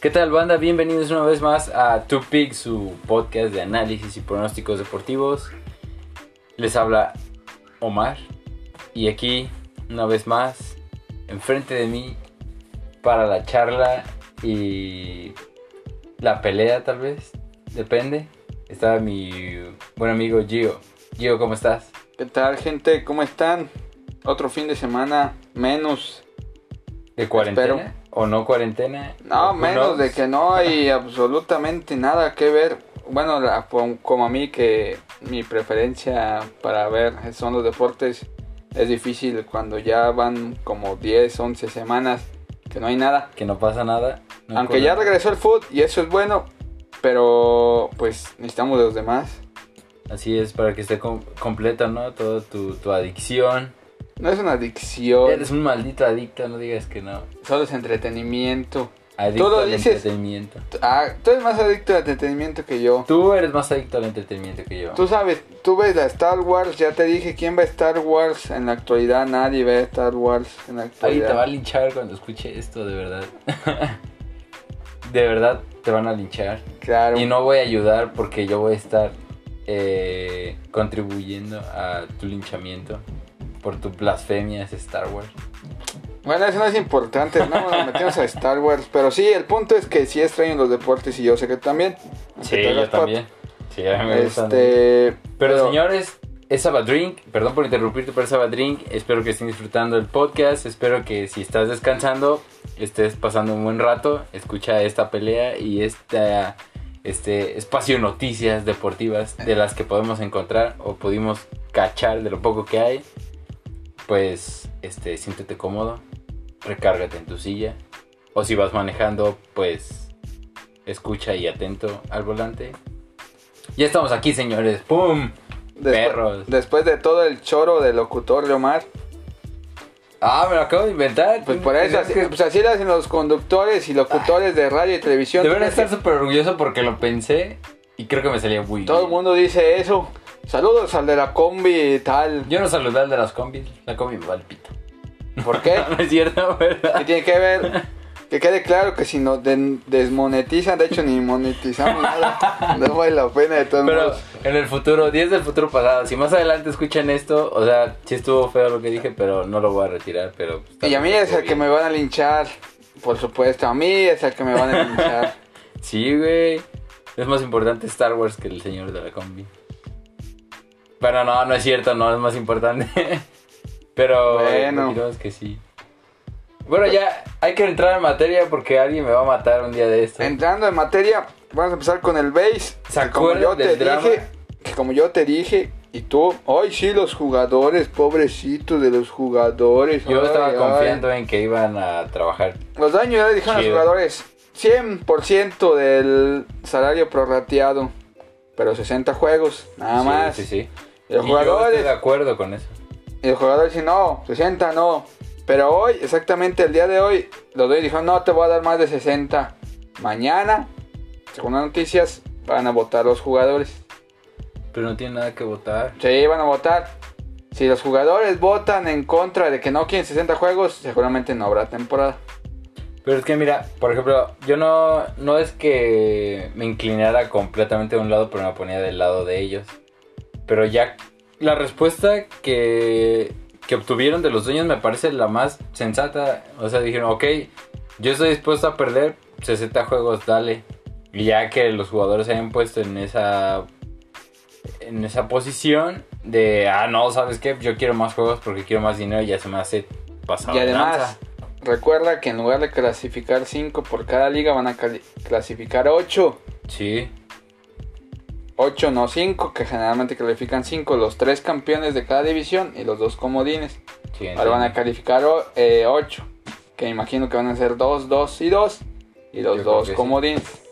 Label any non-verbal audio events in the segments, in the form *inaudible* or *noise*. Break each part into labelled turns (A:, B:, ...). A: ¿Qué tal banda? Bienvenidos una vez más a Two Pick, su podcast de análisis y pronósticos deportivos. Les habla Omar y aquí una vez más enfrente de mí para la charla y la pelea tal vez, depende. Está mi buen amigo Gio. Gio, ¿cómo estás?
B: ¿Qué tal, gente? ¿Cómo están? Otro fin de semana menos.
A: ¿De cuarentena? ¿O no cuarentena? ¿O
B: No,
A: who
B: menos
A: knows?
B: de que no
A: *laughs*
B: hay absolutamente nada que ver. Bueno, la- pon- como a mí que mi preferencia para ver son los deportes, es difícil cuando ya van como 10, 11 semanas que no hay nada.
A: Que no pasa nada. No
B: Aunque ya
A: ocurre.
B: regresó el foot y eso es bueno, pero pues necesitamos de los demás.
A: Así es, para que esté com- completa, ¿no? Toda tu, tu adicción.
B: No es una adicción,
A: Eres un maldito adicto, no digas que no.
B: solo es entretenimiento.
A: Adicto
B: Tú lo
A: al
B: dices.
A: entretenimiento.
B: Ah, tú eres más adicto al entretenimiento que yo.
A: Tú eres más adicto al entretenimiento que yo.
B: Tú sabes, tú ves la Star Wars, ya te dije quién ve Star Wars en la actualidad, nadie ve Star Wars en la
A: Ahí
B: actualidad.
A: te va a linchar cuando escuche esto, de verdad. *laughs* de verdad, te van a linchar.
B: Claro.
A: Y no voy a ayudar porque yo voy a estar eh, contribuyendo a tu linchamiento por tu blasfemia hacia Star Wars.
B: Bueno, eso no es importante, no nos metemos a Star Wars, pero sí, el punto es que sí extraño los deportes y yo sé que también. aunque
A: Sí,
B: te hagas
A: yo
B: pato.
A: también. Sí, a mí me gustan.
B: Este,
A: Pero, señores, es Sabadrink, perdón por interrumpirte, pero es Sabadrink. Espero que estén disfrutando el podcast. Espero que si estás descansando, estés pasando un buen rato. Escucha esta pelea y esta, este espacio de noticias deportivas de las que podemos encontrar o pudimos cachar de lo poco que hay. Pues este, siéntete cómodo, recárgate en tu silla. O si vas manejando, pues escucha y atento al volante. Ya estamos aquí, señores. ¡Pum!
B: después,
A: perros.
B: después de todo el choro del locutor de Omar,
A: Ah, me lo acabo de inventar.
B: pues por eso,
A: Es
B: así,
A: que
B: pues así lo hacen los conductores y locutores de radio y televisión.
A: debería
B: Tienes que-
A: estar súper orgulloso porque lo pensé y creo que me salía muy
B: Todo el
A: bien.
B: mundo dice eso. Saludos al de la combi y tal.
A: Yo no saludé al de las combis. La combi me va al
B: *laughs*
A: pito.
B: ¿Por
A: *laughs*
B: qué?
A: No es cierto,
B: ¿Qué
A: ¿verdad?
B: tiene que ver? Que quede claro que si nos den- desmonetizan, de hecho ni
A: *laughs*
B: monetizamos nada, no vale la pena de todos
A: Pero
B: modos.
A: en el futuro, 10 del futuro pasado, si más adelante escuchan esto, o sea, sí estuvo feo lo que dije, pero no lo voy a retirar, pero... pues,
B: Y a mí es
A: estuvo
B: el que
A: bien.
B: me van a linchar, por supuesto, a mí es el que me van
A: *laughs*
B: a linchar.
A: Sí, güey. Es más importante Star Wars que el señor de la combi. Pero no, no es cierto, no es más importante. *laughs* Pero
B: Bueno.
A: digamos que sí. Bueno, ya hay que entrar en materia porque alguien me va a matar un día de esto.
B: Entrando en materia, vamos a empezar con el base.
A: ¿Se
B: que como yo
A: acuerdan del
B: te
A: drama?
B: dije, que como yo te dije, y tú, hoy sí los jugadores, pobrecitos de los jugadores.
A: Yo
B: ay,
A: estaba
B: ay".
A: confiando en que iban a trabajar.
B: Los daños ya le dijeron a los
A: Chido.
B: jugadores 100% del salario prorrateado, pero 60 juegos, nada
A: Sí,
B: más.
A: Sí, sí.
B: Y los
A: Y yo estoy
B: jugadores,
A: de acuerdo con eso.
B: y los jugadores dicen, no, 60 no. Pero hoy, exactamente el día de hoy, los dos dijeron, no, te voy a dar más de 60. Mañana, según las noticias, van a votar los jugadores.
A: Pero no tiene nada que votar.
B: Sí, van a votar. Si los jugadores votan en contra de que no quieren 60 juegos, seguramente no habrá temporada.
A: Pero es que mira, por ejemplo, yo no, no es que me inclinara completamente a un lado, pero me ponía del lado de ellos. Pero ya la respuesta que, que obtuvieron de los dueños me parece la más sensata. O sea, dijeron, ok, yo estoy dispuesto a perder 60 juegos, dale. Y ya que los jugadores se hayan puesto en esa, en esa posición de, ah, no, ¿sabes qué? Yo quiero más juegos porque quiero más dinero y ya se me hace pasado.
B: Y
A: de
B: además,
A: lanza.
B: recuerda que en lugar de clasificar 5 por cada liga, van a cali- clasificar 8.
A: Sí.
B: 8 no 5, que generalmente califican 5 los 3 campeones de cada división y los 2 comodines.
A: sí
B: Ahora van a
A: entiendo.
B: calificar 8, que imagino que van a ser 2, 2 y 2.
A: Yo
B: Y los
A: creo
B: 2
A: que sí.
B: comodines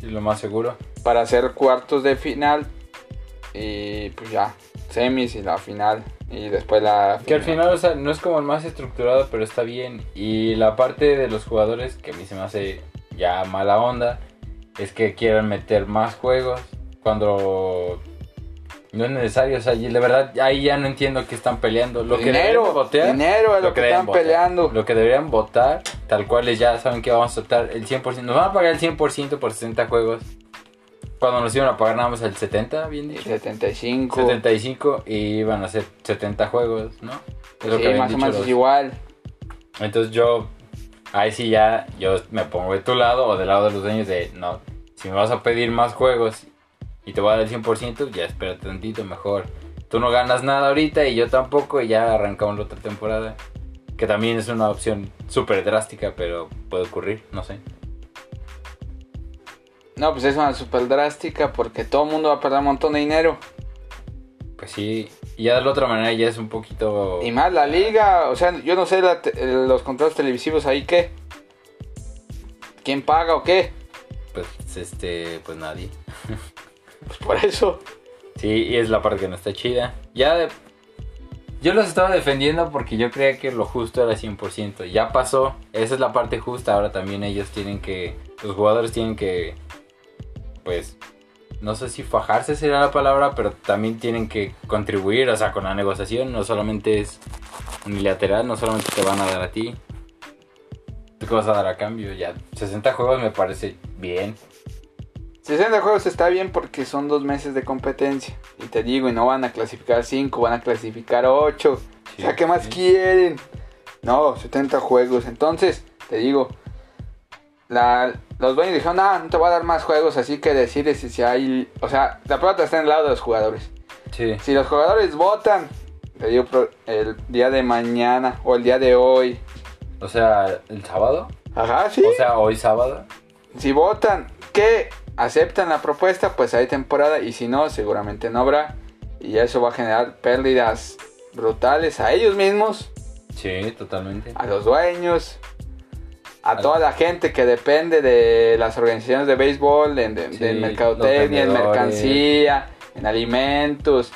A: Sí, lo más seguro.
B: para hacer cuartos de final. Y pues ya, semis y la final. Y después la...
A: Que al final, o sea, no es como el más estructurado, pero está bien. Y la parte de los jugadores, que a mí se me hace ya mala onda, es que quieran meter más juegos cuando No es necesario, o sea, y la verdad, ahí ya no entiendo qué están peleando. Lo que
B: Dinero,
A: deberían votar,
B: dinero es lo que
A: deberían
B: están peleando.
A: Lo que deberían votar, tal cual es ya, saben que vamos a votar el 100%. Nos van a pagar el 100% por 60 juegos. Cuando nos iban a pagar nada más el 70, bien
B: Y
A: dicho.
B: 75.
A: 75 y iban a ser 70 juegos, ¿no? Es lo
B: sí,
A: que habían
B: más o
A: dicho
B: menos
A: los-
B: es igual.
A: Entonces yo, ahí sí ya, yo me pongo de tu lado o del lado de los dueños de, no, si me vas a pedir más juegos y te voy a dar el 100%, ya espera tantito, mejor. Tú no ganas nada ahorita y yo tampoco y ya arrancamos la otra temporada. Que también es una opción súper drástica, pero puede ocurrir, no sé.
B: No, pues es una super drástica porque todo el mundo va a perder un montón de dinero.
A: Pues sí, y ya de la otra manera ya es un poquito...
B: Y más la liga, o sea, yo no sé la te- eh, los contratos televisivos ahí qué. ¿Quién paga o qué? *laughs*
A: Pues este, pues nadie.
B: Pues por eso.
A: Sí, y es la parte que no está chida. Ya de- Yo los estaba defendiendo porque yo creía que lo justo era 100%. Ya pasó. Esa es la parte justa. Ahora también ellos tienen que... Los jugadores tienen que... Pues... No sé si fajarse será la palabra, pero también tienen que contribuir, o sea, con la negociación. No solamente es unilateral, no solamente te van a dar a ti. Tú qué vas a dar a cambio. Ya 60 juegos me parece bien.
B: 60 juegos está bien porque son dos meses de competencia. Y te digo, y no van a clasificar 5, van a clasificar 8. o sea, ¿qué más
A: Sí.
B: quieren? No, 70 juegos. Entonces, te digo, la- los dueños dijeron, ah, no te voy a dar más juegos, así que decides si- si hay... O sea, la pelota está en el lado de los jugadores.
A: Sí.
B: Si los jugadores votan, te digo, pro- el día de mañana o el día de hoy.
A: O sea, el sábado.
B: Ajá, sí.
A: O sea, hoy sábado.
B: si votan que aceptan la propuesta, pues hay temporada y si no, seguramente no habrá. Y eso va a generar pérdidas brutales a ellos mismos,
A: Sí, totalmente.
B: a los dueños, a
A: A
B: toda la gente que depende de las organizaciones de béisbol, en, de-
A: Sí,
B: de mercadotecnia, en
A: los vendedores.
B: mercancía, en alimentos,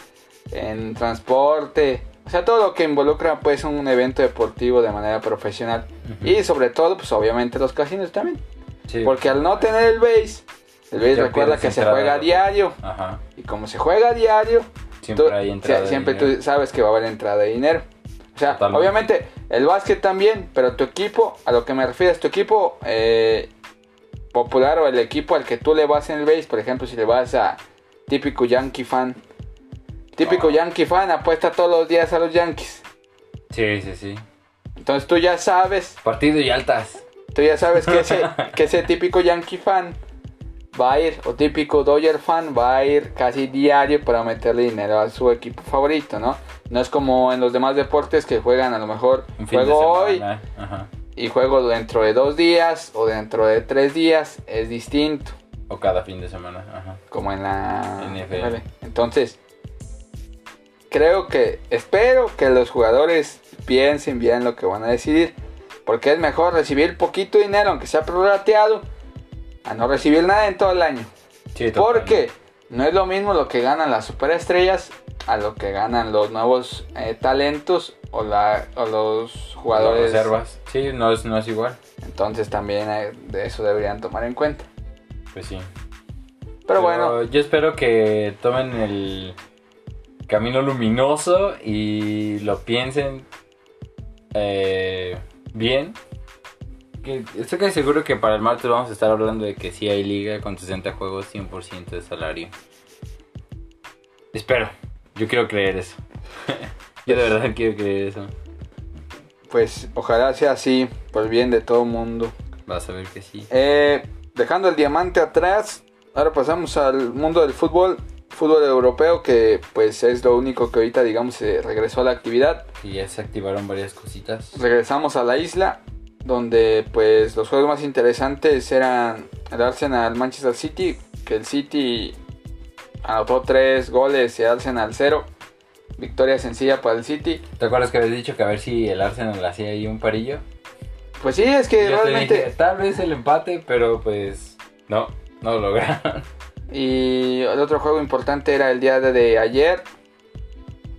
B: en transporte. O sea, todo lo que involucra pues un evento deportivo de manera profesional.
A: Ujú.
B: Y sobre todo, pues obviamente los casinos también.
A: Sí.
B: Porque al no tener el base, el base
A: Ya
B: recuerda
A: pierdes
B: que se
A: entrada.
B: juega a diario.
A: Ajá.
B: Y como se juega a diario,
A: Siempre
B: tú-
A: hay entrada.
B: sie-
A: de
B: siempre
A: dinero.
B: tú sabes que va a haber entrada de dinero. O sea,
A: Totalmente.
B: obviamente el básquet también, pero tu equipo, a lo que me refiero es tu equipo eh, popular o el equipo al que tú le vas en el base, por ejemplo, si le vas a típico Yankee fan, típico
A: Ah.
B: Yankee fan apuesta todos los días a los Yankees.
A: Sí, sí, sí.
B: Entonces tú ya sabes
A: Partido y altas.
B: Tú ya sabes que ese, que ese típico Yankee fan va a ir, o típico Dodger fan va a ir casi diario para meterle dinero a su equipo favorito, ¿no? No es como en los demás deportes que juegan a lo mejor
A: Un fin
B: juego
A: de
B: hoy
A: semana. ¿eh? Ajá.
B: y juego dentro de dos días o dentro de tres días, es distinto,
A: O cada fin de semana. Ajá.
B: como en la
A: NFL.
B: Vale. Entonces, creo que, espero que los jugadores piensen bien lo que van a decidir. Porque es mejor recibir poquito dinero, aunque sea prorrateado, a no recibir nada en todo el año.
A: Sí, totalmente.
B: Porque no es lo mismo lo que ganan las superestrellas a lo que ganan los nuevos eh, talentos o, la, o los
A: Los
B: jugadores.
A: reservas. Sí, no es, no es igual.
B: Entonces también eh, de eso deberían tomar en cuenta.
A: Pues sí.
B: Pero bueno,
A: Yo espero que tomen el camino luminoso y lo piensen eh, bien. Que- Estoy casi seguro que para el martes vamos a estar hablando de que sí hay liga con 60 juegos, 100% de salario. Espero. Yo quiero creer eso. *laughs* yo de verdad quiero creer eso.
B: pues ojalá sea así, por el bien de todo el mundo.
A: Vas a ver que sí.
B: Eh, dejando el diamante atrás, ahora pasamos al mundo del fútbol, fútbol europeo, que pues es lo único que ahorita, digamos, se regresó a la actividad.
A: Que ya se activaron varias cositas.
B: Regresamos a la isla, donde pues los juegos más interesantes eran el Arsenal Manchester City, que el City anotó tres goles y el Arsenal cero. Victoria sencilla para el City.
A: ¿Te acuerdas que habías dicho que a ver si el Arsenal hacía ahí un parillo?
B: Pues sí, es que
A: Yo te
B: realmente...
A: dije, tal vez el empate, pero pues no, no lo lograron.
B: Y el otro juego importante era el día de, de ayer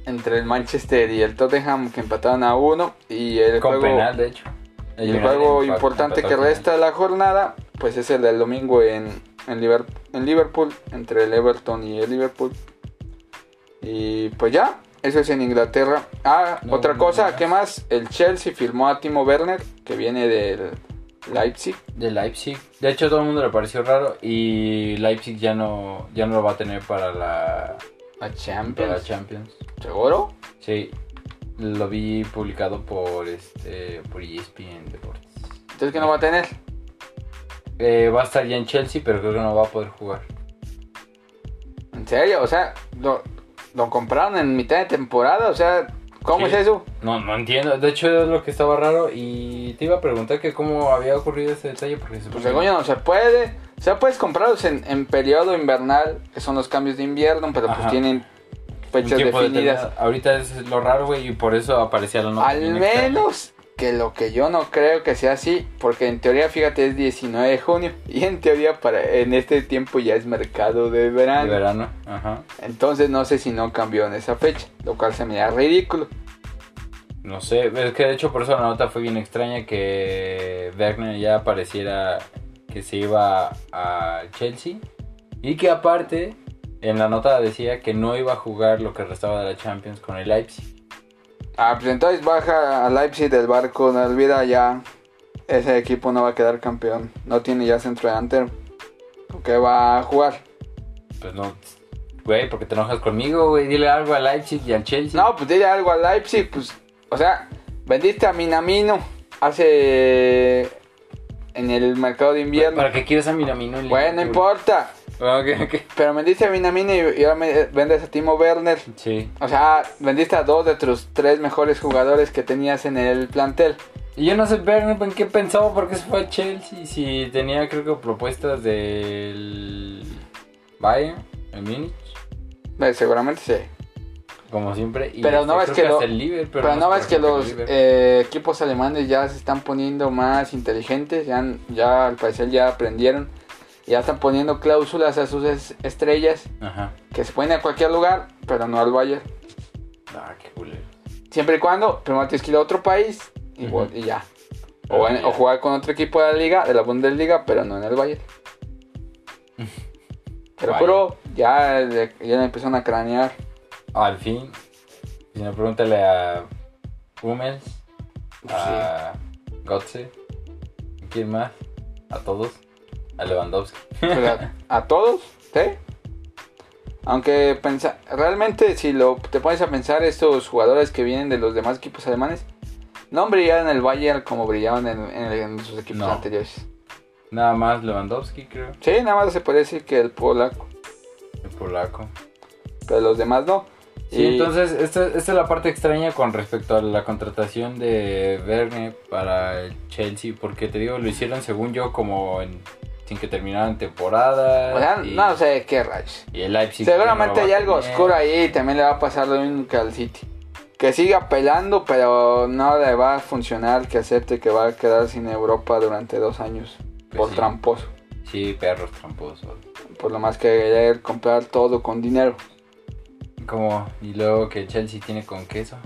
B: entre el Manchester y el Tottenham que empataron a uno y
A: *laughs*
B: el
A: Con
B: juego,
A: penal, de hecho.
B: y el
A: United
B: juego
A: empató-
B: importante
A: empató
B: que
A: al final.
B: resta de la jornada pues es el del domingo en, en, Liber- en Liverpool entre el Everton y el Liverpool Y pues ya, eso es en Inglaterra. Ah,
A: No,
B: otra
A: no
B: cosa,
A: digas.
B: ¿qué más? El Chelsea firmó a Timo Werner, que viene del Leipzig.
A: De Leipzig. De hecho, todo el mundo le pareció raro y Leipzig ya no, ya no lo va a tener para la,
B: A
A: para la
B: Champions.
A: Champions.
B: ¿Seguro?
A: Sí, lo vi publicado por, este, por ESPN Deportes.
B: Entonces, ¿qué no va a tener?
A: Eh, va a estar ya en Chelsea, pero creo que no va a poder jugar.
B: ¿En serio? O sea, lo, lo compraron en mitad de temporada. O sea, ¿cómo
A: Sí.
B: es eso?
A: No, no entiendo. De hecho, es lo que estaba raro y te iba a preguntar que cómo había ocurrido ese detalle porque se
B: Pues según yo no se puede. O sea, puedes comprarlos en, en periodo invernal, que son los cambios de invierno, pero pues
A: Ajá.
B: tienen fechas definidas.
A: Ahorita es lo raro, güey, y por eso aparecía la nota.
B: Al
A: bien extraña.
B: menos que lo que yo no creo que sea así, porque en teoría, fíjate, es 19 de junio *laughs* y en teoría para en este tiempo ya es mercado de
A: De
B: verano.
A: verano, ajá.
B: Entonces no sé si no cambió en esa fecha, lo cual se me da ridículo.
A: No sé, es que de hecho por eso la nota fue bien extraña que Wagner ya pareciera que se iba a Chelsea y que aparte en la nota decía que no iba a jugar lo que restaba de la Champions con el Leipzig.
B: Ah, pues entonces baja a Leipzig del barco, no olvida ya. Ese equipo no va a quedar campeón. No tiene ya centro delantero. ¿Con qué va a jugar?
A: Pues no, güey, porque te enojas conmigo, güey, dile algo a Leipzig y al Chelsea.
B: No, pues dile algo a Leipzig, pues. O sea, vendiste a Minamino hace. en el mercado de invierno.
A: ¿Para qué quieres a Minamino? en
B: Bueno, no
A: Liverpool?
B: importa.
A: Ok, ok.
B: Pero vendiste a Minamino y, y ahora me- vendes a Timo Werner.
A: Sí.
B: O sea, vendiste a dos de tus tres mejores jugadores que tenías en el plantel.
A: Y yo no sé Werner en qué pensaba porque se fue a Chelsea. Si tenía, creo que propuestas del Bayern, el Múnich,
B: Eh, seguramente sí.
A: como siempre. Y
B: Pero no
A: este,
B: ves
A: creo
B: que lo-
A: hasta el Liverpool,
B: Pero, no ves que los
A: Liverpool.
B: eh, equipos alemanes ya se están poniendo más inteligentes. Ya, han- ya al parecer ya aprendieron. Ya están poniendo cláusulas a sus es- estrellas
A: Ajá.
B: que se pueden ir a cualquier lugar, pero no al Bayern.
A: Ah, qué culero.
B: Siempre y cuando primero tienes que ir a otro país y,
A: Ujú.
B: y ya. O, en- o jugar con otro equipo de la liga, de la Bundesliga, pero no en el *laughs* Bayern. Te lo
A: Vaya.
B: juro, ya, le- ya le empezaron a cranear.
A: Al fin. Si no, pregúntale a Hummels,
B: Ah,
A: a Götze, ¿a ¿quién más? A todos. A Lewandowski.
B: Pero Pues a, a todos, ¿sí? Aunque pensa- realmente si lo te pones a pensar estos jugadores que vienen de los demás equipos alemanes, no brillaron en el Bayern como brillaban en, en- en sus equipos
A: No.
B: anteriores.
A: Nada más Lewandowski, creo.
B: Sí, nada más se puede decir que el polaco,
A: El polaco.
B: pero los demás no.
A: Sí,
B: Y-
A: entonces esta, esta es la parte extraña con respecto a la contratación de Verne para el Chelsea, porque te digo, lo hicieron según yo como en- sin que terminaran temporada.
B: o sea,
A: y,
B: no sé qué rayos.
A: y el Leipzig.
B: Seguramente
A: no lo
B: hay
A: va a
B: algo
A: tener.
B: oscuro ahí y también le va a pasar lo mismo que al City. Que siga apelando, pero no le va a funcionar que acepte que va a quedar sin Europa durante dos años.
A: Pues
B: por
A: sí.
B: tramposo.
A: Sí, perros tramposos.
B: Por lo más que querer comprar todo con dinero.
A: Como, y luego que el Chelsea tiene con queso.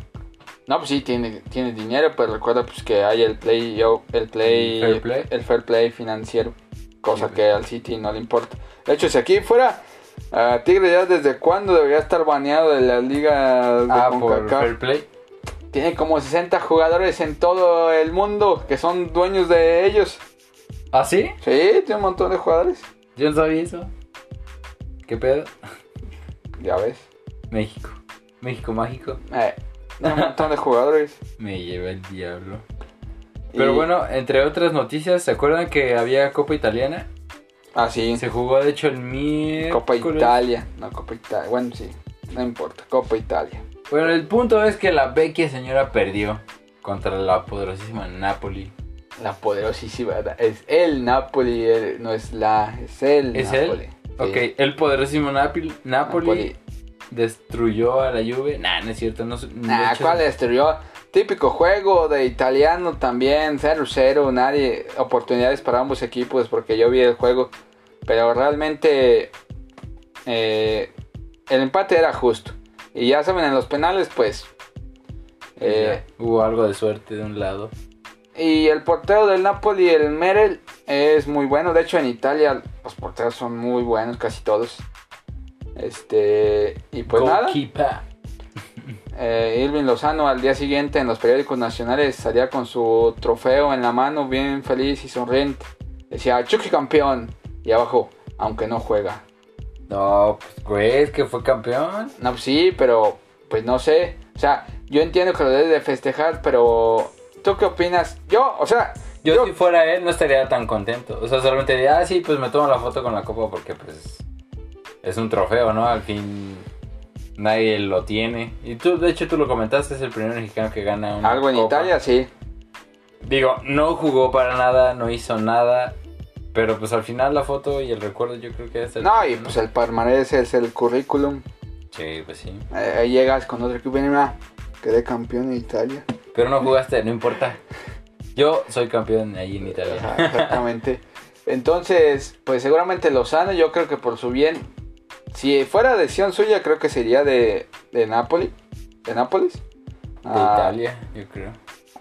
B: No, pues sí, tiene, tiene dinero, pero recuerda pues que hay el play, yo- el play,
A: Fair play.
B: el fair play financiero. Cosa
A: Sí, güey.
B: que al City no le importa. De hecho, si aquí fuera... ah, Tigre ya desde cuándo debería estar baneado de la liga de
A: Ah, por
B: CONCACAF?
A: Fair Play.
B: Tiene como 60 jugadores en todo el mundo que son dueños de ellos.
A: ¿Ah, sí?
B: Sí, tiene un montón de jugadores.
A: Yo no sabía eso. ¿Qué pedo?
B: Ya ves.
A: México. México mágico.
B: Eh, tiene un montón de jugadores.
A: Me lleva el diablo. *laughs*
B: Y-
A: Pero bueno, entre otras noticias, ¿se acuerdan que había Copa Italiana?
B: Ah, sí.
A: Se jugó de hecho el miércoles.
B: Copa Italia. No, Copa Italia. Bueno, sí. No importa. Copa Italia.
A: Bueno, el punto es que la vecchia señora perdió contra la poderosísima Napoli.
B: La poderosísima. Es el Napoli. el- no es la. Es el
A: ¿Es él?
B: Napoli. Sí.
A: Ok, el poderosísimo Napoli, Napoli
B: Napoli.
A: destruyó a la Juve. Nah, no es cierto. No, es- de
B: Nah,
A: hecho-
B: ¿cuál destruyó? Típico juego de italiano también, 0-0, nadie, oportunidades para ambos equipos porque yo vi el juego, pero realmente eh, el empate era justo. Y ya saben, en los penales pues... eh,
A: Ya, Hubo algo de suerte de un lado.
B: y el portero del Napoli, el Merel, es muy bueno, de hecho en Italia los porteros son muy buenos, casi todos. Este, y pues nada.
A: Goalkeeper.
B: Eh, Irving Lozano al día siguiente en los periódicos nacionales salía con su trofeo en la mano, bien feliz y sonriente. Decía, Chucky campeón. Y abajo, aunque no juega.
A: No, pues, güey, es que fue campeón.
B: No, pues sí, pero pues no sé. O sea, yo entiendo que lo debes de festejar, pero ¿tú qué opinas? Yo, o sea,
A: Yo,
B: Yo-
A: si fuera él no estaría tan contento. O sea, solamente diría, ah, sí, pues me tomo la foto con la copa porque pues es un trofeo, ¿no? Al fin nadie lo tiene. Y tú, de hecho, tú lo comentaste, es el primer mexicano que gana una
B: algo en
A: copa.
B: Italia, sí.
A: Digo, no jugó para nada, no hizo nada. Pero pues al final la foto y el recuerdo yo creo que es el...
B: No, y pues el palmarés es el currículum.
A: Sí, pues sí.
B: Eh, ahí llegas con otro equipo y mira, quedé campeón
A: *laughs*
B: en Italia.
A: Pero no jugaste, no importa. Yo soy campeón ahí en Italia.
B: Ajá, exactamente. Entonces, pues seguramente Lozano, yo creo que por su bien, si fuera decisión suya, creo que sería de, de Napoli, de Nápoles,
A: De
B: a-
A: Italia, yo creo.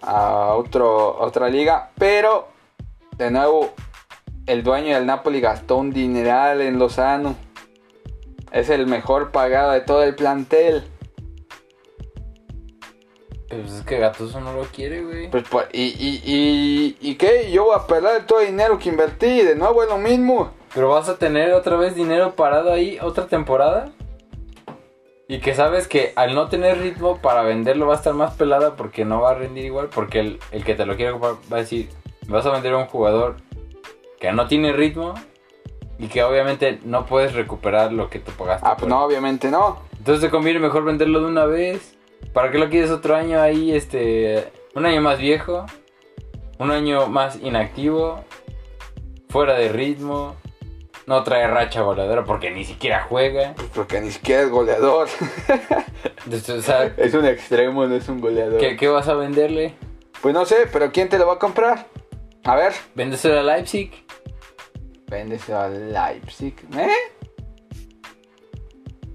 B: a otro, otra liga, pero de nuevo, el dueño del Napoli gastó un dineral en Lozano. Es el mejor pagado de todo el plantel.
A: Pero pues es que Gatuso no lo quiere, güey.
B: Pues, pues, y, y, y, ¿Y qué? Yo voy a perder todo el dinero que invertí. De nuevo es lo mismo.
A: Pero vas a tener otra vez dinero parado ahí otra temporada. Y que sabes que al no tener ritmo para venderlo va a estar más pelada porque no va a rendir igual. Porque el, el que te lo quiere comprar va a decir, "Me vas a vender a un jugador que no tiene ritmo y que obviamente no puedes recuperar lo que tú pagaste.
B: Ah, pues
A: por
B: no, obviamente no.
A: Entonces te conviene mejor venderlo de una vez. ¿Para qué lo quieres otro año ahí, este, un año más viejo, un año más inactivo, fuera de ritmo, no trae racha voladora porque ni siquiera juega.
B: Pues porque ni siquiera es goleador.
A: Entonces, o sea,
B: *laughs* es un extremo, no es un goleador.
A: ¿qué, qué vas a venderle?
B: Pues no sé, pero ¿quién te lo va a comprar? A ver.
A: ¿Vendérselo a Leipzig?
B: Véndese a Leipzig. ¿Eh?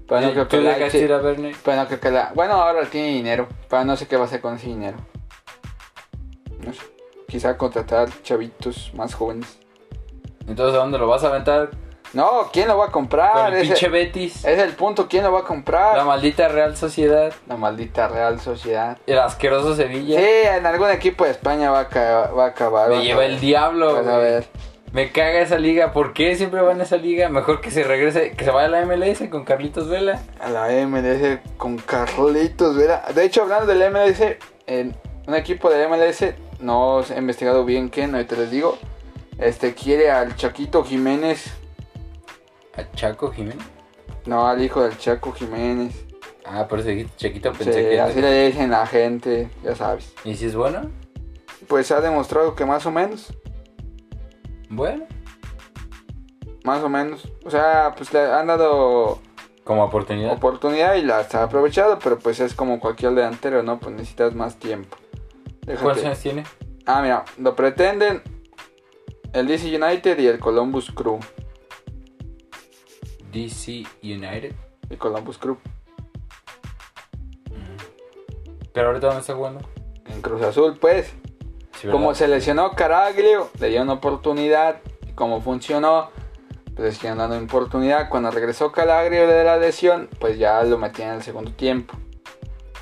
B: Pero no creo
A: ¿Tú
B: que
A: dejaste
B: Leipzig-
A: ir a Werner?
B: pero no creo que la... Bueno, ahora tiene dinero. Pero no sé qué va a hacer con ese dinero. No sé. Quizá contratar chavitos más jóvenes.
A: Entonces, ¿a dónde lo vas a aventar?
B: No, ¿quién lo va a comprar?
A: Con el
B: Ah, Ese-
A: pinche Betis,
B: Es el punto, ¿quién lo va a comprar?
A: la
B: La,
A: maldita Real Sociedad,
B: maldita Real Sociedad.
A: el asqueroso
B: Sí,
A: Sevilla.
B: en algún equipo de España va a, ca- va a acabar.
A: Me
B: vas a
A: lleva
B: ver.
A: el diablo.
B: Vas a
A: güey.
B: ver.
A: Me caga esa liga. ¿Por qué siempre van a esa liga? Mejor que se regrese, que se vaya a la MLS con Carlitos Vela.
B: A la MLS con Carlitos Vera. De hecho, hablando del MLS, en un equipo del MLS, no he investigado bien quién, ahorita les digo. Este quiere al Chaquito Jiménez.
A: ¿A Chaco Jiménez?
B: No, al hijo del Chaco Jiménez.
A: Ah, por eso dijiste Chiquito,
B: Sí,
A: pensé que...
B: así le dicen la gente, ya sabes.
A: ¿Y si es bueno?
B: Pues ha demostrado que más o menos.
A: Bueno.
B: Más o menos. O sea, pues le han dado
A: Como oportunidad.
B: oportunidad y las ha aprovechado, pero pues es como cualquier delantero, ¿no? Pues necesitas más tiempo.
A: ¿Cuántos
B: Déjate.
A: años tiene?
B: Ah, mira, lo pretenden el DC United y el Columbus Crew.
A: DC United.
B: El Columbus Crew
A: Pero ahorita dónde está jugando.
B: en Cruz Azul, pues.
A: Sí, ¿verdad?
B: Como se lesionó Caraglio, le dio una oportunidad. Y como funcionó, pues le siguieron dando oportunidad. Cuando regresó Caraglio de la lesión, pues ya lo metían en el segundo tiempo.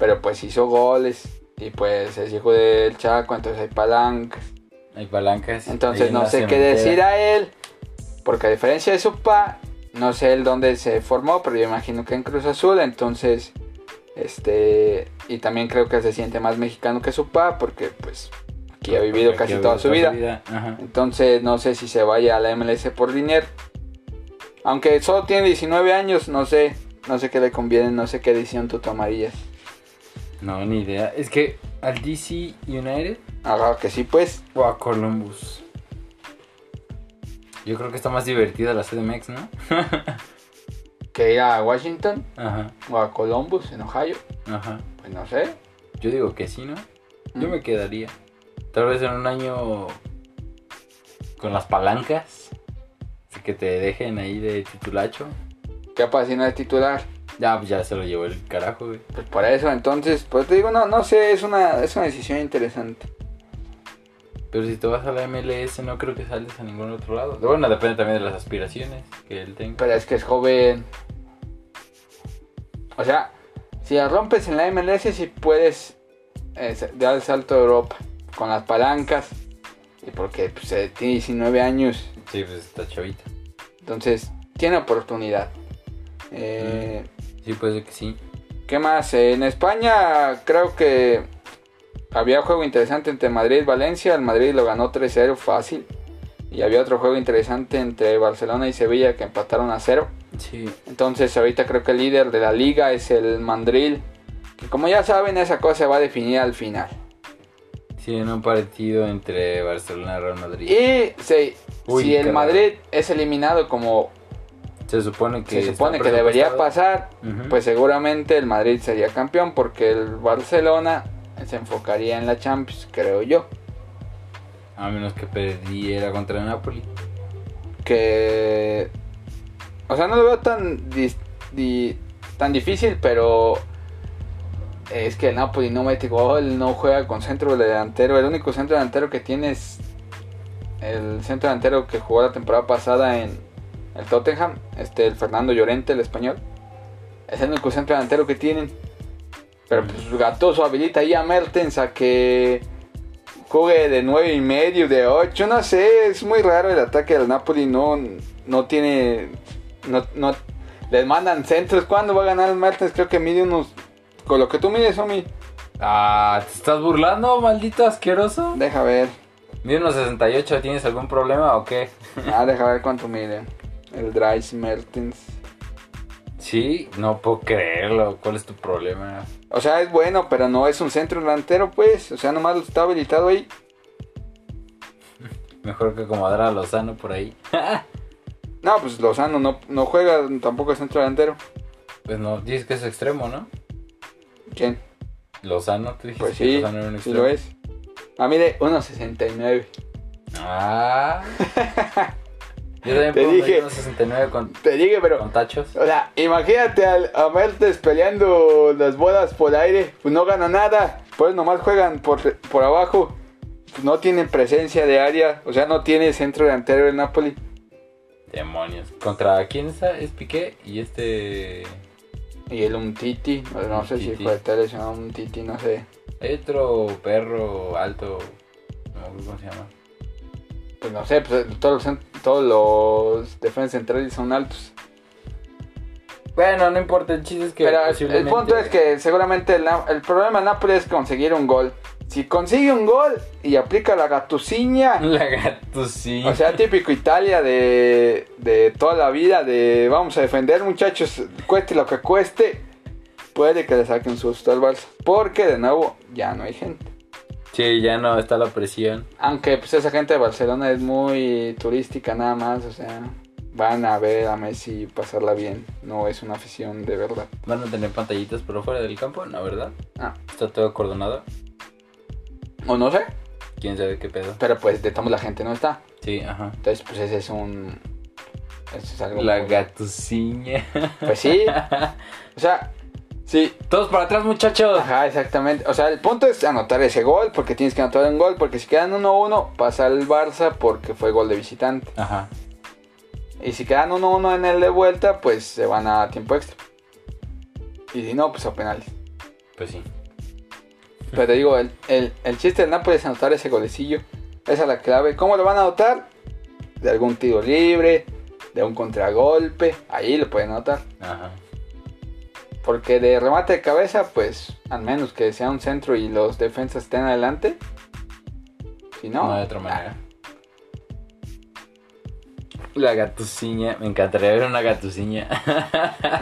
B: Pero pues hizo goles. Y pues es hijo del Chaco, entonces hay palancas.
A: Hay palancas. ahí
B: Entonces
A: en
B: no
A: la
B: sé qué
A: cementera.
B: decir a él, porque a diferencia de su papá, no sé el dónde se formó, pero yo imagino que en Cruz Azul, entonces, este, y también creo que se siente más mexicano que su papá, porque pues aquí ha
A: Porque
B: vivido
A: aquí
B: casi
A: ha
B: toda su vida.
A: Ajá.
B: Entonces no sé si se vaya a la MLS por dinero. Aunque solo tiene 19 años, no sé, no sé qué le conviene, no sé qué decisión tú tomarías.
A: No, ni idea. Es que al DC United
B: Ahora que sí, pues,
A: o a Columbus. Yo creo que está más divertida la CDMX, ¿no?
B: que ir a Washington
A: Ajá,
B: o a Columbus, en Ohio,
A: ajá.
B: pues no sé.
A: Yo digo que sí, ¿no? Yo
B: Mm.
A: me quedaría. Tal vez en un año con las palancas. Así que te dejen ahí de titulacho.
B: ¿Qué pasa si no es titular?
A: Ya, pues ya se lo llevó el carajo, güey.
B: Pues por eso, entonces, pues te digo, no, no sé, es una, es una decisión interesante.
A: Pero si te vas a la MLS, no creo que sales a ningún otro lado. Bueno, depende también de las aspiraciones que él tenga.
B: Pero es que es joven, O sea, si la rompes en la MLS, si puedes eh, dar el salto a Europa con las palancas. Y porque pues, eh, tiene 19 años,
A: Sí, pues está chavita.
B: entonces tiene oportunidad. Eh,
A: Sí, puede ser que sí.
B: ¿Qué más? Eh, En España creo que había juego interesante entre Madrid y Valencia. El Madrid lo ganó 3-0 fácil. Y había otro juego interesante entre Barcelona y Sevilla que empataron a 0.
A: Sí.
B: Entonces ahorita creo que el líder de la liga es el Mandril. Que como ya saben esa cosa se va a definir al final.
A: Sí, en un partido entre Barcelona y Real Madrid.
B: Y sí,
A: Uy,
B: si el
A: caray.
B: Madrid es eliminado como
A: Se supone que.
B: se supone
A: está
B: que debería
A: presupuestado.
B: pasar,
A: Ujú.
B: pues seguramente el Madrid sería campeón porque el Barcelona se enfocaría en la Champions, creo yo.
A: A menos que perdiera contra el Napoli.
B: que o sea no lo veo tan dis- di- tan difícil pero es que el Napoli no mete gol no juega con centro delantero el único centro delantero que tiene es el centro delantero que jugó la temporada pasada en el Tottenham este el Fernando Llorente el español es el único centro delantero que tienen pero pues Gattuso habilita ahí a Mertens a que juegue de nueve y medio, de 8, no sé, es muy raro el ataque del Napoli, no, no tiene, no, no, les mandan centros, ¿cuándo va a ganar el Mertens? Creo que mide unos, con lo que tú mides, Omi,
A: Ah, ¿te estás burlando, maldito asqueroso?
B: deja *laughs* ver,
A: Mide unos 68, ¿tienes algún problema o qué?
B: ah, deja ver cuánto mide, el Dries Mertens,
A: Sí, no puedo creerlo. ¿Cuál es tu problema?
B: o sea, es bueno, pero no es un centro delantero, pues, o sea, nomás lo está habilitado ahí,
A: Mejor que acomodar a Lozano por ahí.
B: no, pues Lozano no, no juega, tampoco es centro delantero,
A: Pues no, dices que es extremo, ¿no?
B: ¿quién?
A: Lozano, tú dijiste
B: Pues
A: que
B: sí,
A: Lozano era un
B: sí
A: extremo.
B: lo es, ah, mide 1.69. *laughs*
A: Ah. Yo también
B: Te
A: puedo medir
B: dije.
A: unos 69 con,
B: Te dije, pero
A: con tachos.
B: O sea, imagínate al, a Mertes peleando las bolas por aire, pues no gana nada, pues nomás juegan por, por abajo, pues no tienen presencia de área, o sea, no tiene centro delantero el Napoli.
A: Demonios. ¿Contra quién está? Es Piqué y este.
B: Y el Umtiti, no, no sé
A: Umtiti.
B: si fue tal vez un Umtiti, no sé,
A: Hay otro perro alto. No me acuerdo cómo se llama.
B: pues no sé, pues todos los, cent- todos los defensas centrales son altos.
A: Bueno, no importa, el chiste es que.
B: Pero el- el
A: posiblemente-
B: punto es que seguramente el, Na- el problema del Napoli es conseguir un gol. Si consigue un gol y aplica la
A: *laughs*
B: gatuciña...
A: La gato sí.
B: O sea, típico Italia de, de toda la vida, de vamos a defender muchachos, cueste lo que cueste, puede que le saquen susto al Barça, porque de nuevo ya no hay gente.
A: Sí, ya no está la presión.
B: Aunque pues esa gente de Barcelona es muy turística nada más, o sea, van a ver a Messi y pasarla bien, no es una afición de verdad.
A: Van a tener pantallitas pero fuera del campo, ¿no? ¿Verdad?
B: Ah,
A: Está todo acordonado.
B: o no sé,
A: ¿Quién sabe qué pedo?
B: pero pues de todos modos la gente no está,
A: Sí, ajá.
B: entonces pues ese es un... Eso es algo...
A: La
B: muy-
A: gatuciña.
B: Pues sí, o sea, sí,
A: *laughs* Todos para atrás, muchachos.
B: Ajá, exactamente. O sea, el punto es anotar ese gol, porque tienes que anotar un gol, porque si quedan 1-1, pasa el Barça porque fue gol de visitante.
A: Ajá.
B: Y si quedan 1-1 en el de vuelta, pues se van a tiempo extra. Y si no, pues a penales.
A: Pues sí.
B: Pero te digo, el, el- el chiste del Napoli es anotar ese golecillo. Esa es la clave. ¿Cómo lo van a anotar? De algún tiro libre, de un contragolpe. Ahí lo pueden anotar.
A: Ajá.
B: Porque de remate de cabeza, pues, al menos que sea un centro y los defensas estén adelante. Si no, ah,
A: No, de otra manera. La gatuciña. Me encantaría ver una gatuciña.
B: ah,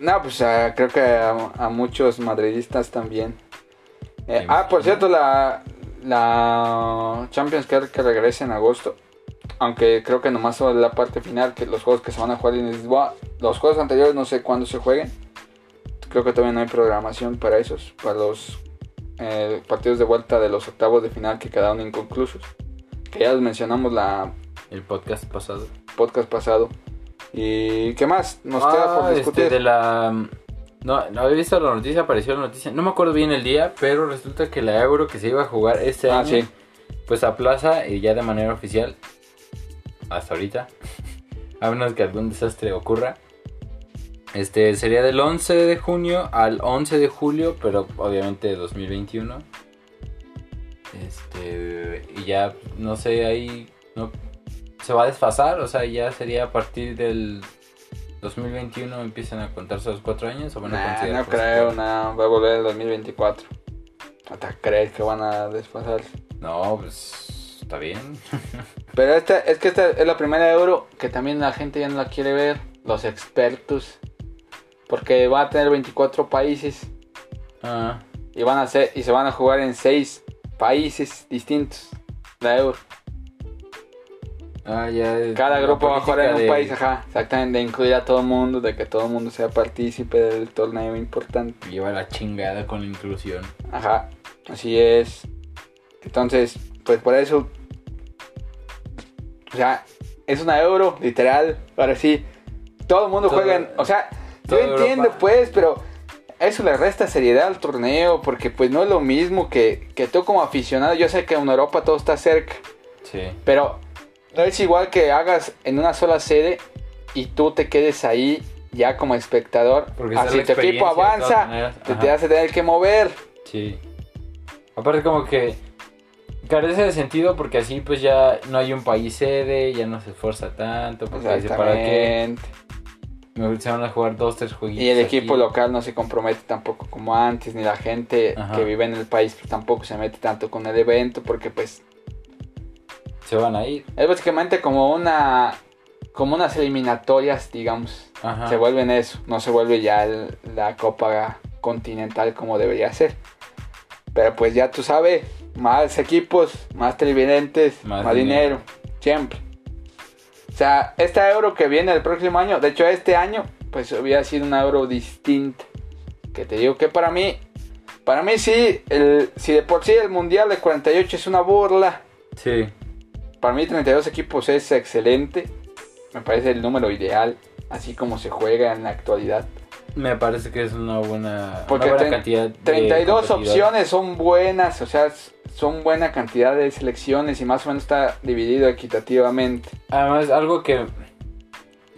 B: no, pues ah, creo que a, a muchos madridistas también. Eh, ah, por cierto, la, la Champions creo que regresa en agosto. Aunque creo que nomás solo la parte final, que los juegos que se van a jugar en Lisboa, los juegos anteriores no sé cuándo se jueguen. Creo que todavía no hay programación para esos, para los eh, partidos de vuelta de los octavos de final que quedaron inconclusos. Que ya los mencionamos la
A: *laughs* El podcast pasado.
B: podcast pasado. ¿Y qué más nos
A: Ah,
B: queda por
A: este,
B: discutir?
A: de la... No, no había visto la noticia, apareció la noticia. No me acuerdo bien el día, pero resulta que la Euro que se iba a jugar este
B: Ah,
A: año,
B: sí.
A: pues aplaza y ya de manera oficial, *laughs* hasta ahorita, a menos que algún desastre ocurra, Este sería del 11 de junio al 11 de julio, pero obviamente de 2021. Este, y ya no sé, ahí no se va a desfasar, o sea, ya sería a partir del 2021 empiezan a contarse los cuatro años o van a
B: Nah,
A: considerar
B: no
A: que los
B: creo,
A: cuatro?
B: no. Va a volver el 2024. Hasta creer que van a desfasar.
A: No, pues está bien. *laughs*
B: Pero esta, es que esta es la primera euro que también la gente ya no la quiere ver. Los expertos. Porque va a tener 24 países.
A: Ah,
B: Y van a ser, y se van a jugar en 6 países distintos. La euro.
A: ah, ya es
B: Cada
A: la
B: grupo va a jugar en
A: política
B: un
A: de-
B: país, ajá. Exactamente, de incluir a todo el mundo, de que todo el mundo sea partícipe del torneo importante.
A: Lleva la chingada con la inclusión.
B: Ajá, así es. Entonces, pues por eso. O sea, es una euro, literal. Ahora sí, todo el mundo
A: Todo-
B: juega en. O sea, yo
A: toda Europa.
B: entiendo, pues, pero eso le resta seriedad al torneo, porque pues no es lo mismo que, que tú como aficionado. Yo sé que en Europa todo está cerca,
A: Sí.
B: pero no es igual que hagas en una sola sede y tú te quedes ahí ya como espectador.
A: Porque está
B: Así
A: la
B: Ah, tu equipo
A: experiencia, de todas
B: avanza,
A: maneras.
B: te,
A: Ajá.
B: te hace tener que mover.
A: Sí. Aparte como que carece de sentido porque así pues ya no hay un país sede, ya no se esfuerza tanto, porque dice, para qué
B: Exactamente.
A: Mejor se van a jugar dos, tres jueguitos.
B: Y el equipo
A: pues aquí.
B: local no se compromete tampoco como antes, ni la gente
A: Ajá.
B: que vive en el país pues, tampoco se mete tanto con el evento, porque pues
A: se van a ir.
B: es básicamente como una como unas eliminatorias, digamos.
A: Ajá.
B: Se vuelven eso, no se vuelve ya el- la Copa Continental como debería ser. Pero pues ya tú sabes, más equipos, más televidentes,
A: Más
B: más, dinero.
A: dinero.
B: siempre. O sea, esta euro que viene el próximo año, de hecho este año, pues hubiera sido una euro distinta. Que te digo que para mí, para mí sí, el, si de por sí el Mundial de 48 es una burla,
A: Sí.
B: para mí 32 equipos es excelente. Me parece el número ideal, así como se juega en la actualidad.
A: Me parece que es una buena,
B: Porque
A: una buena
B: tre-
A: cantidad. de
B: 32
A: competidores.
B: opciones son buenas, o sea, s- son buena cantidad de selecciones y más o menos está dividido equitativamente.
A: Además, algo que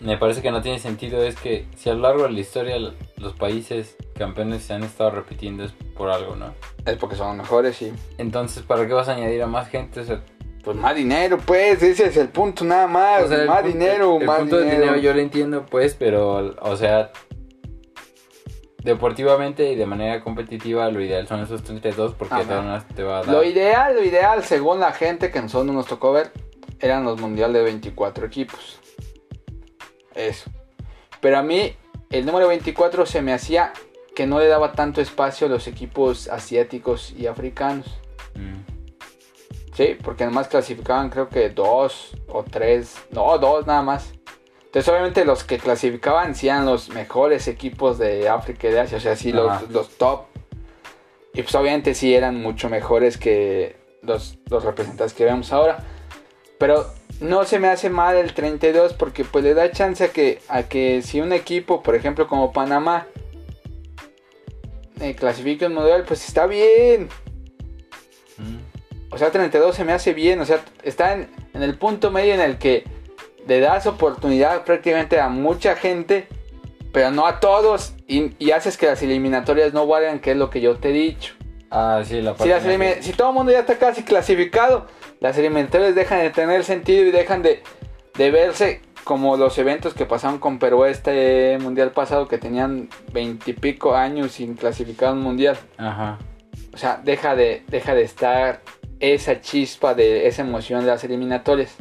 A: me parece que no tiene sentido es que si a lo largo de la historia l- los países campeones se han estado repitiendo es por algo, ¿no?
B: Es porque son los mejores y
A: Entonces, ¿para qué vas a añadir a más gente? O sea,
B: pues más dinero, pues, ese es el punto nada más,
A: O sea, el
B: más
A: punto-
B: dinero,
A: el
B: más
A: punto del
B: dinero.
A: dinero yo lo entiendo, pues, pero, o sea, deportivamente y de manera competitiva, lo ideal son esos 32 porque
B: Ajá.
A: te, van a- te va a dar.
B: Lo ideal, lo ideal, según la gente que en nosotros nos tocó ver, eran los mundiales de 24 equipos. Eso. Pero a mí, el número 24 se me hacía que no le daba tanto espacio a los equipos asiáticos y africanos.
A: Mm.
B: Sí, porque nomás clasificaban creo que dos o tres, no, dos nada más. Entonces obviamente los que clasificaban sí eran los mejores equipos de África y de Asia, o sea, sí,
A: Ajá.
B: los, los top. Y pues obviamente sí eran mucho mejores que los, los representantes que vemos ahora. Pero no se me hace mal el 32 porque pues le da chance a que, a que si un equipo, por ejemplo como Panamá, eh, clasifique un mundial, pues está bien.
A: Mm.
B: O sea, 32 se me hace bien. O sea, está en, en el punto medio en el que le das oportunidad prácticamente a mucha gente, pero no a todos. Y, y haces que las eliminatorias no valgan, que es lo que yo te he dicho.
A: Ah, sí, la
B: Si,
A: parte.
B: las elimi- si todo el mundo ya está casi clasificado, las eliminatorias dejan de tener sentido y dejan de, de verse como los eventos que pasaron con Perú este mundial pasado, que tenían veintipico años sin clasificar un mundial.
A: Ajá.
B: O sea, deja de, deja de estar esa chispa de esa emoción de las eliminatorias.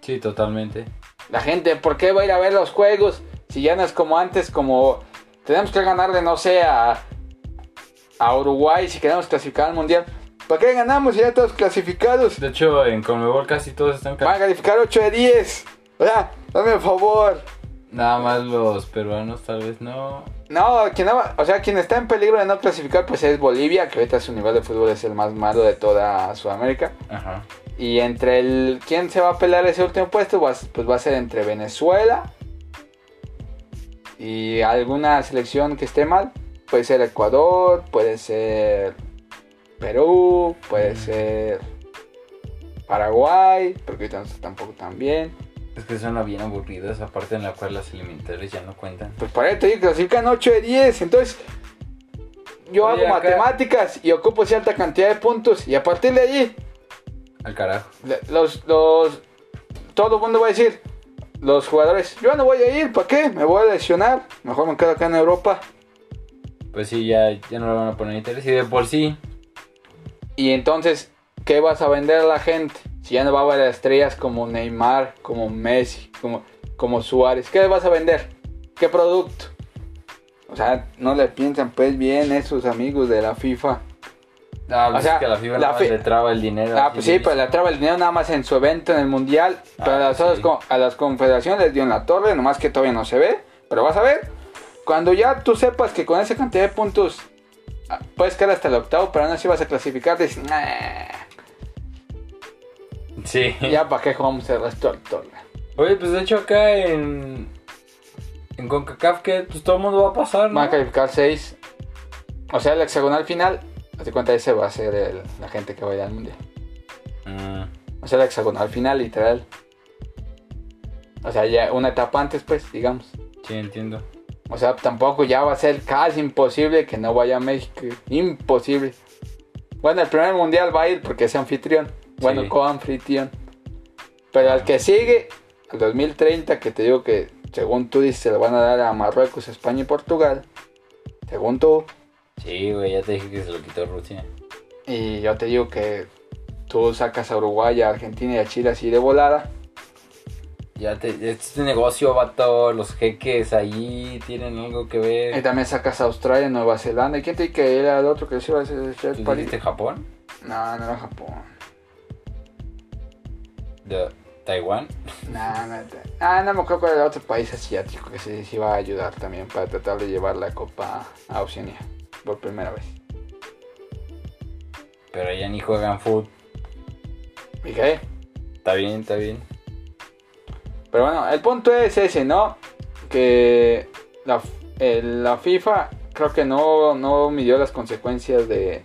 A: Sí, totalmente.
B: La gente, ¿por qué va a ir a ver los juegos? Si ya no es como antes, como tenemos que ganarle, no sé, a, a Uruguay si queremos clasificar al mundial. ¿Para qué ganamos si ya todos clasificados?
A: De hecho, en Conmebol casi todos están.
B: Van a
A: ca-
B: calificar 8 de 10. O sea, dame el favor.
A: Nada más los peruanos, tal vez no.
B: No, quien no va- o sea, quien está en peligro de no clasificar pues es Bolivia, que ahorita su nivel de fútbol es el más malo de toda Sudamérica.
A: Ajá.
B: Y entre el. ¿Quién se va a pelear ese último puesto? Va a- pues va a ser entre Venezuela y alguna selección que esté mal. Puede ser Ecuador, puede ser Perú, puede
A: Mm.
B: ser Paraguay, porque ahorita no está tampoco tan bien.
A: Es que suena bien aburrido esa parte en la cual las elementales ya no cuentan.
B: Pues para ello te digo, clasifican 8 de 10. Entonces, yo
A: Oye,
B: hago
A: acá-
B: matemáticas y ocupo cierta cantidad de puntos. Y a partir de allí,
A: Al carajo.
B: le- los, los, todo el mundo va a decir, los jugadores, yo no voy a ir, ¿para qué? Me voy a lesionar. Mejor me quedo acá en Europa.
A: Pues sí, ya, ya no le van a poner interés. Y de por sí,
B: Y entonces, ¿qué vas a vender a la gente? Si ya no va a haber estrellas como Neymar, como Messi, como, como Suárez, ¿qué vas a vender? ¿Qué producto? O sea, no le piensan pues bien esos amigos de la FIFA.
A: ah, pues
B: O sea,
A: es que a la FIBA
B: la
A: nada más
B: fi-
A: le traba el dinero.
B: Ah,
A: así
B: pues
A: de-
B: sí, pues le traba el dinero nada más en su evento en el mundial.
A: Ah,
B: pero a las,
A: sí.
B: otras co- a las confederaciones les dio en la torre, nomás que todavía no se ve. Pero vas a ver, cuando ya tú sepas que con esa cantidad de puntos ah, puedes quedar hasta el octavo, pero aún así vas a clasificar, dices, "Nah,
A: Sí.
B: *laughs* ya para qué Holmes el resto del torneo.
A: Oye, pues de hecho acá en. En CONCACAF, que pues todo el mundo va a pasar, ¿no?
B: Van a calificar 6. O sea, el hexagonal final, hazte cuenta, ese va a ser el- la gente que vaya al mundial.
A: Mm,
B: O sea, el hexagonal final, literal. O sea, ya una etapa antes, pues, digamos.
A: sí, entiendo.
B: O sea, tampoco ya va a ser casi imposible que no vaya a México. Imposible. Bueno, el primer mundial va a ir porque es anfitrión. Bueno,
A: Sí.
B: coanfitrión. Pero al que sigue, al 2030, que te digo que según tú dices, se lo van a dar a Marruecos, España y Portugal. Según tú.
A: Sí, güey, ya te dije que se lo quitó Rusia.
B: Y yo te digo que tú sacas a Uruguay, a Argentina y a Chile así de volada.
A: Ya te. Este negocio, vato, los jeques ahí tienen algo que
B: Y
A: ver.
B: también sacas a Australia, Nueva Zelanda. ¿Y quién te dijo que era el otro que se iba a hacer
A: ¿Tú
B: el París?
A: dijiste Japón?
B: No, no era Japón.
A: ¿De Taiwán?
B: No, no, te- ah, no me acuerdo cuál era el otro país asiático que se, se iba a ayudar también para tratar de llevar la copa a Oceanía por primera vez.
A: Pero allá ni juegan foot.
B: ¿Y qué?
A: Está bien, está bien.
B: Pero bueno, el punto es ese, ¿no? Que la, eh, la FIFA creo que no, no midió las consecuencias de,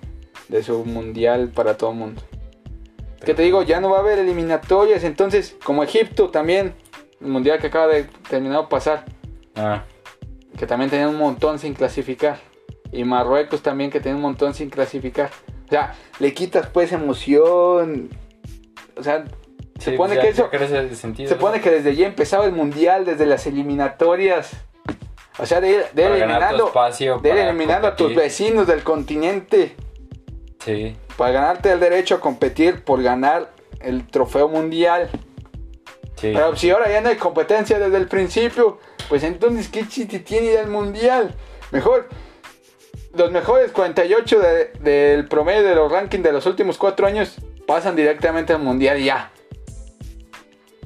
B: de su mundial para todo el mundo. Que te digo, ya no va a haber eliminatorias, entonces, como Egipto también, el mundial que acaba de terminar de pasar,
A: Ah,
B: que también tenía un montón sin clasificar. Y Marruecos también, que tenía un montón sin clasificar. O sea, le quitas pues emoción. O sea,
A: sí,
B: supone
A: pues
B: que
A: ya- ya
B: eso-
A: crece el sentido,
B: se pone
A: ¿no?
B: que desde ya empezaba el mundial, desde las eliminatorias. O sea, de ir, de ir
A: Para ganar tu
B: eliminando,
A: espacio,
B: de ir
A: para
B: eliminando a tus
A: competir.
B: vecinos del continente
A: Sí,
B: para ganarte el derecho a competir por ganar el trofeo mundial.
A: sí.
B: Pero Ah, si ahora ya no hay competencia desde el principio, pues entonces qué chiste tiene ir al mundial. Mejor, los mejores 48 de- del promedio de los rankings de los últimos 4 años pasan directamente al mundial y ya.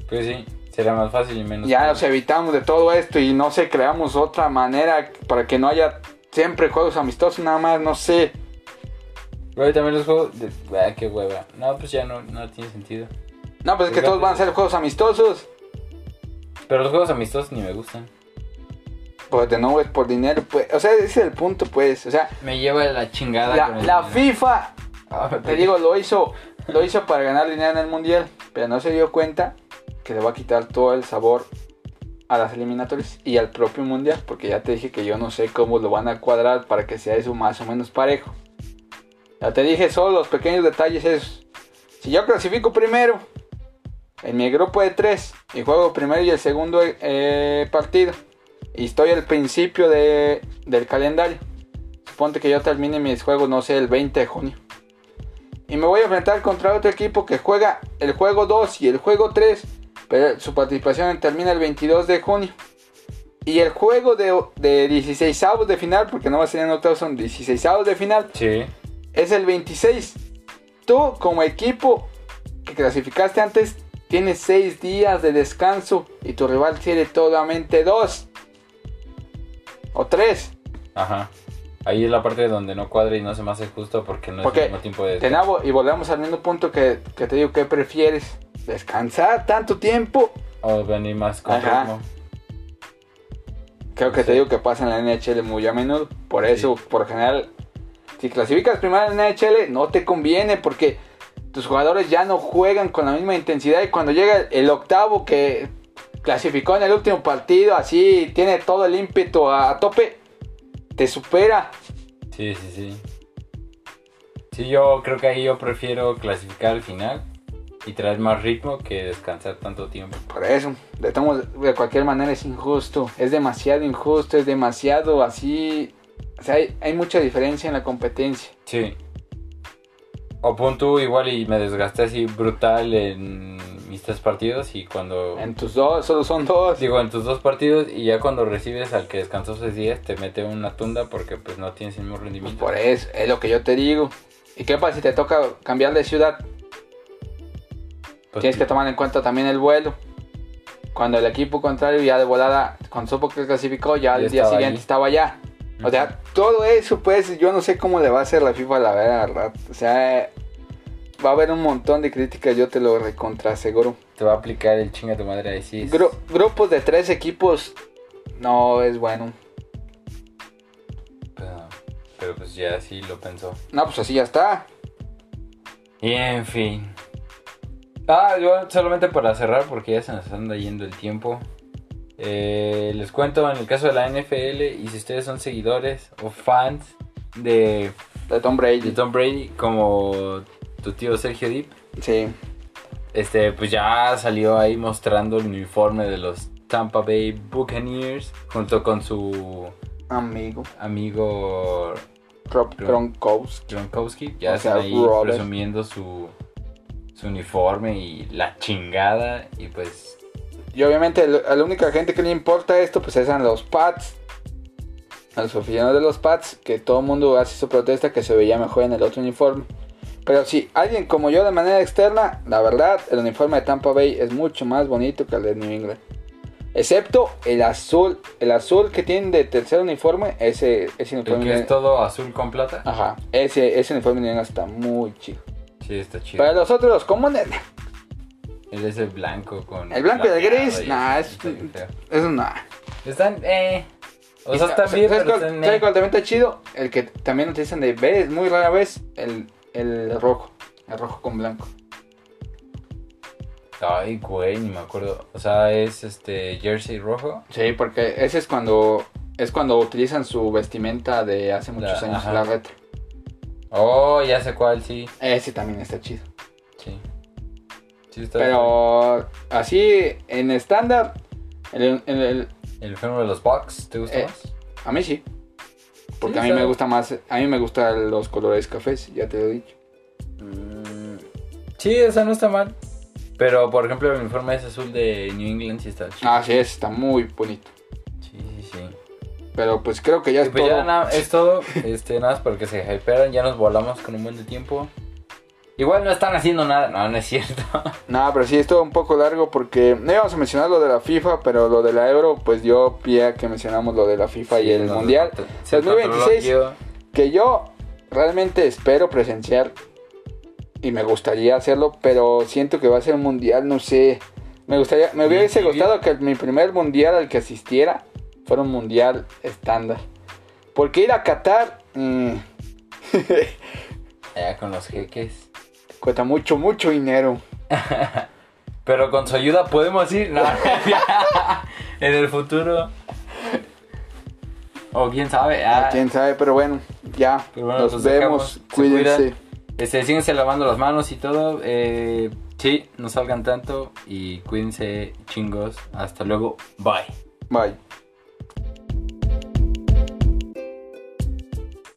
A: Pues sí, será más fácil y menos.
B: Ya
A: caro.
B: nos evitamos de todo esto y no sé, creamos otra manera para que no haya siempre juegos amistosos, nada más, no sé.
A: Güey, también los juegos. De... Ah, qué hueva. No, pues ya no, no tiene sentido.
B: No, pues es que
A: Fíjate.
B: todos van a ser juegos amistosos.
A: Pero los juegos amistosos ni me gustan.
B: Pues de nuevo es por dinero, pues. O sea, ese es el punto, pues. O sea,
A: Me lleva la chingada.
B: la, la FIFA
A: Ah,
B: *laughs* Te digo, lo hizo, lo hizo para ganar dinero en el mundial, pero no se dio cuenta que le va a quitar todo el sabor a las eliminatorias y al propio mundial, porque ya te dije que yo no sé cómo lo van a cuadrar para que sea eso más o menos parejo. Ya te dije solo los pequeños detalles esos. Si yo clasifico primero en mi grupo de tres y juego primero y el segundo eh, partido y estoy al principio de- del calendario, suponte que yo termine mis juegos, no sé, el 20 de junio y me voy a enfrentar contra otro equipo que juega el juego 2 y el juego 3, pero su participación termina el 22 de junio. Y el juego de, de 16 avos de final, porque no va a ser en octavos, son 16 avos de final,
A: Sí.
B: es el 26. Tú, como equipo que clasificaste antes, tienes 6 días de descanso y tu rival tiene solamente 2 o 3.
A: Ajá. Ahí es la parte donde no cuadra y no se me hace justo porque no
B: Porque
A: es el mismo tiempo de.
B: Te nabo, y volvemos al mismo punto que, que te digo que prefieres descansar tanto tiempo.
A: O venir más con
B: Ajá.
A: ritmo.
B: Creo que
A: Sí.
B: te digo que pasa en la NHL muy a menudo. Por eso, por general, si clasificas primero en la NHL, no te conviene porque tus jugadores ya no juegan con la misma intensidad. Y cuando llega el octavo, que clasificó en el último partido, así tiene todo el ímpetu a, a tope, te supera.
A: Sí, sí, sí. Sí, yo creo que ahí yo prefiero clasificar al final y traer más ritmo que descansar tanto tiempo.
B: Por eso, de, todos modos, de cualquier manera es injusto, es demasiado injusto, es demasiado así. O sea, hay, hay mucha diferencia en la competencia.
A: Sí. O punto igual y me desgasté así brutal en mis tres partidos y cuando...
B: En tus dos, solo son dos.
A: Digo, en tus dos partidos y ya cuando recibes al que descansó seis días te mete una tunda porque pues no tienes el mismo rendimiento.
B: Por eso, es lo que yo te digo. ¿Y qué pasa si te toca cambiar de ciudad?
A: Pues,
B: Tienes que tomar en cuenta también el vuelo. Cuando el equipo contrario ya de volada, cuando supo que clasificó, ya
A: Ya
B: al día
A: estaba
B: siguiente
A: ahí.
B: estaba allá. O sea, todo eso, pues, yo no sé cómo le va a hacer la FIFA a la verdad. O sea, va a haber un montón de críticas, yo te lo recontra aseguro.
A: Te va a aplicar el chinga tu madre ahí sí. es-
B: Gru- grupos de tres equipos no es bueno.
A: pero, pero, pues ya sí lo pensó.
B: No, pues así ya está.
A: Y en fin. Ah, yo solamente para cerrar porque ya se nos anda yendo el tiempo. Eh, les cuento en el caso de la NFL y si ustedes son seguidores o fans de,
B: De Tom
A: de
B: Brady.
A: Tom Brady como tu tío Sergio Deep,
B: Sí.
A: este, pues ya salió ahí mostrando el uniforme de los Tampa Bay Buccaneers junto con su
B: Amigo.
A: amigo
B: Rob Gronkowski.
A: Gronkowski. Ya
B: O sea,
A: están ahí
B: Robert.
A: presumiendo su, su uniforme y la chingada. Y pues,
B: Y obviamente el- a la única gente que le importa esto pues es a los Pats. A los oficiales de los Pats. Que todo el mundo hace su protesta que se veía mejor en el otro uniforme. Pero si alguien como yo de manera externa, la verdad, el uniforme de Tampa Bay es mucho más bonito que el de New England. Excepto el azul. El azul que tienen de tercer uniforme, ese, ese
A: el
B: uniforme...
A: que es todo azul con plata.
B: Ajá, ese, ese uniforme de New England está muy chido.
A: Sí, está chido.
B: Pero los otros, los comunes,
A: Él es el blanco con.
B: El blanco y el
A: plateado
B: gris,
A: y
B: nah, es-
A: está bien feo.
B: eso no.
A: Están, eh. O sea, están bien, pero
B: ¿Sabes cuál-
A: están.
B: ¿sabes
A: eh.
B: cuál también está chido? El que también utilizan de vez, muy rara vez, el, el rojo. El rojo con blanco.
A: Ay, güey, ni me acuerdo. O sea, es este jersey rojo.
B: Sí, porque ese es cuando es cuando utilizan su vestimenta de hace muchos
A: La-
B: años,
A: ajá.
B: la retro.
A: Oh, ya sé cuál, sí.
B: Ese también está chido.
A: Sí. Sí, está.
B: Pero así, en estándar, el- el- el-
A: El uniforme de los Bucks, ¿te gusta
B: Eh,
A: más?
B: a mí sí. Porque
A: Sí,
B: a mí
A: está
B: me
A: bien.
B: gusta más, a mí me gustan los colores cafés, ya te lo he dicho.
A: Mm, Sí, esa no está mal. Pero, por ejemplo, el uniforme es azul de New England sí está chido.
B: Ah, sí, ese está muy bonito.
A: Sí, sí, sí.
B: Pero pues creo que ya
A: Y
B: es
A: pues
B: todo.
A: ya nada, es todo. Este, nada más porque se hypearan. Ya nos volamos con un buen de tiempo. Igual no están haciendo nada. No, no es
B: *laughs*
A: cierto.
B: Nada, pero sí, estuvo un poco largo porque no íbamos a mencionar lo de la FIFA, pero lo de la Euro, pues dio pie a que mencionamos lo de la FIFA y el
A: nos
B: Mundial.
A: descontro- se descontroló
B: 2026.
A: yo.
B: Que yo realmente espero presenciar y me gustaría hacerlo, pero siento que va a ser un Mundial, no sé. Me gustaría, me
A: Sí,
B: hubiese
A: sí,
B: gustado que mi primer Mundial al que asistiera fuera un Mundial estándar. Porque ir a Qatar mm,
A: Allá con los jeques.
B: cuesta mucho, mucho dinero.
A: Pero con su ayuda podemos ir. No, *laughs* ya. en el futuro. O quién sabe. ah.
B: Quién sabe, pero bueno, ya.
A: Pero bueno,
B: nos
A: los dejamos.
B: vemos,
A: Se
B: cuídense.
A: cuidan. Este, síguense lavando las manos y todo. Eh, sí, no salgan tanto y cuídense chingos. Hasta luego. Bye.
B: Bye.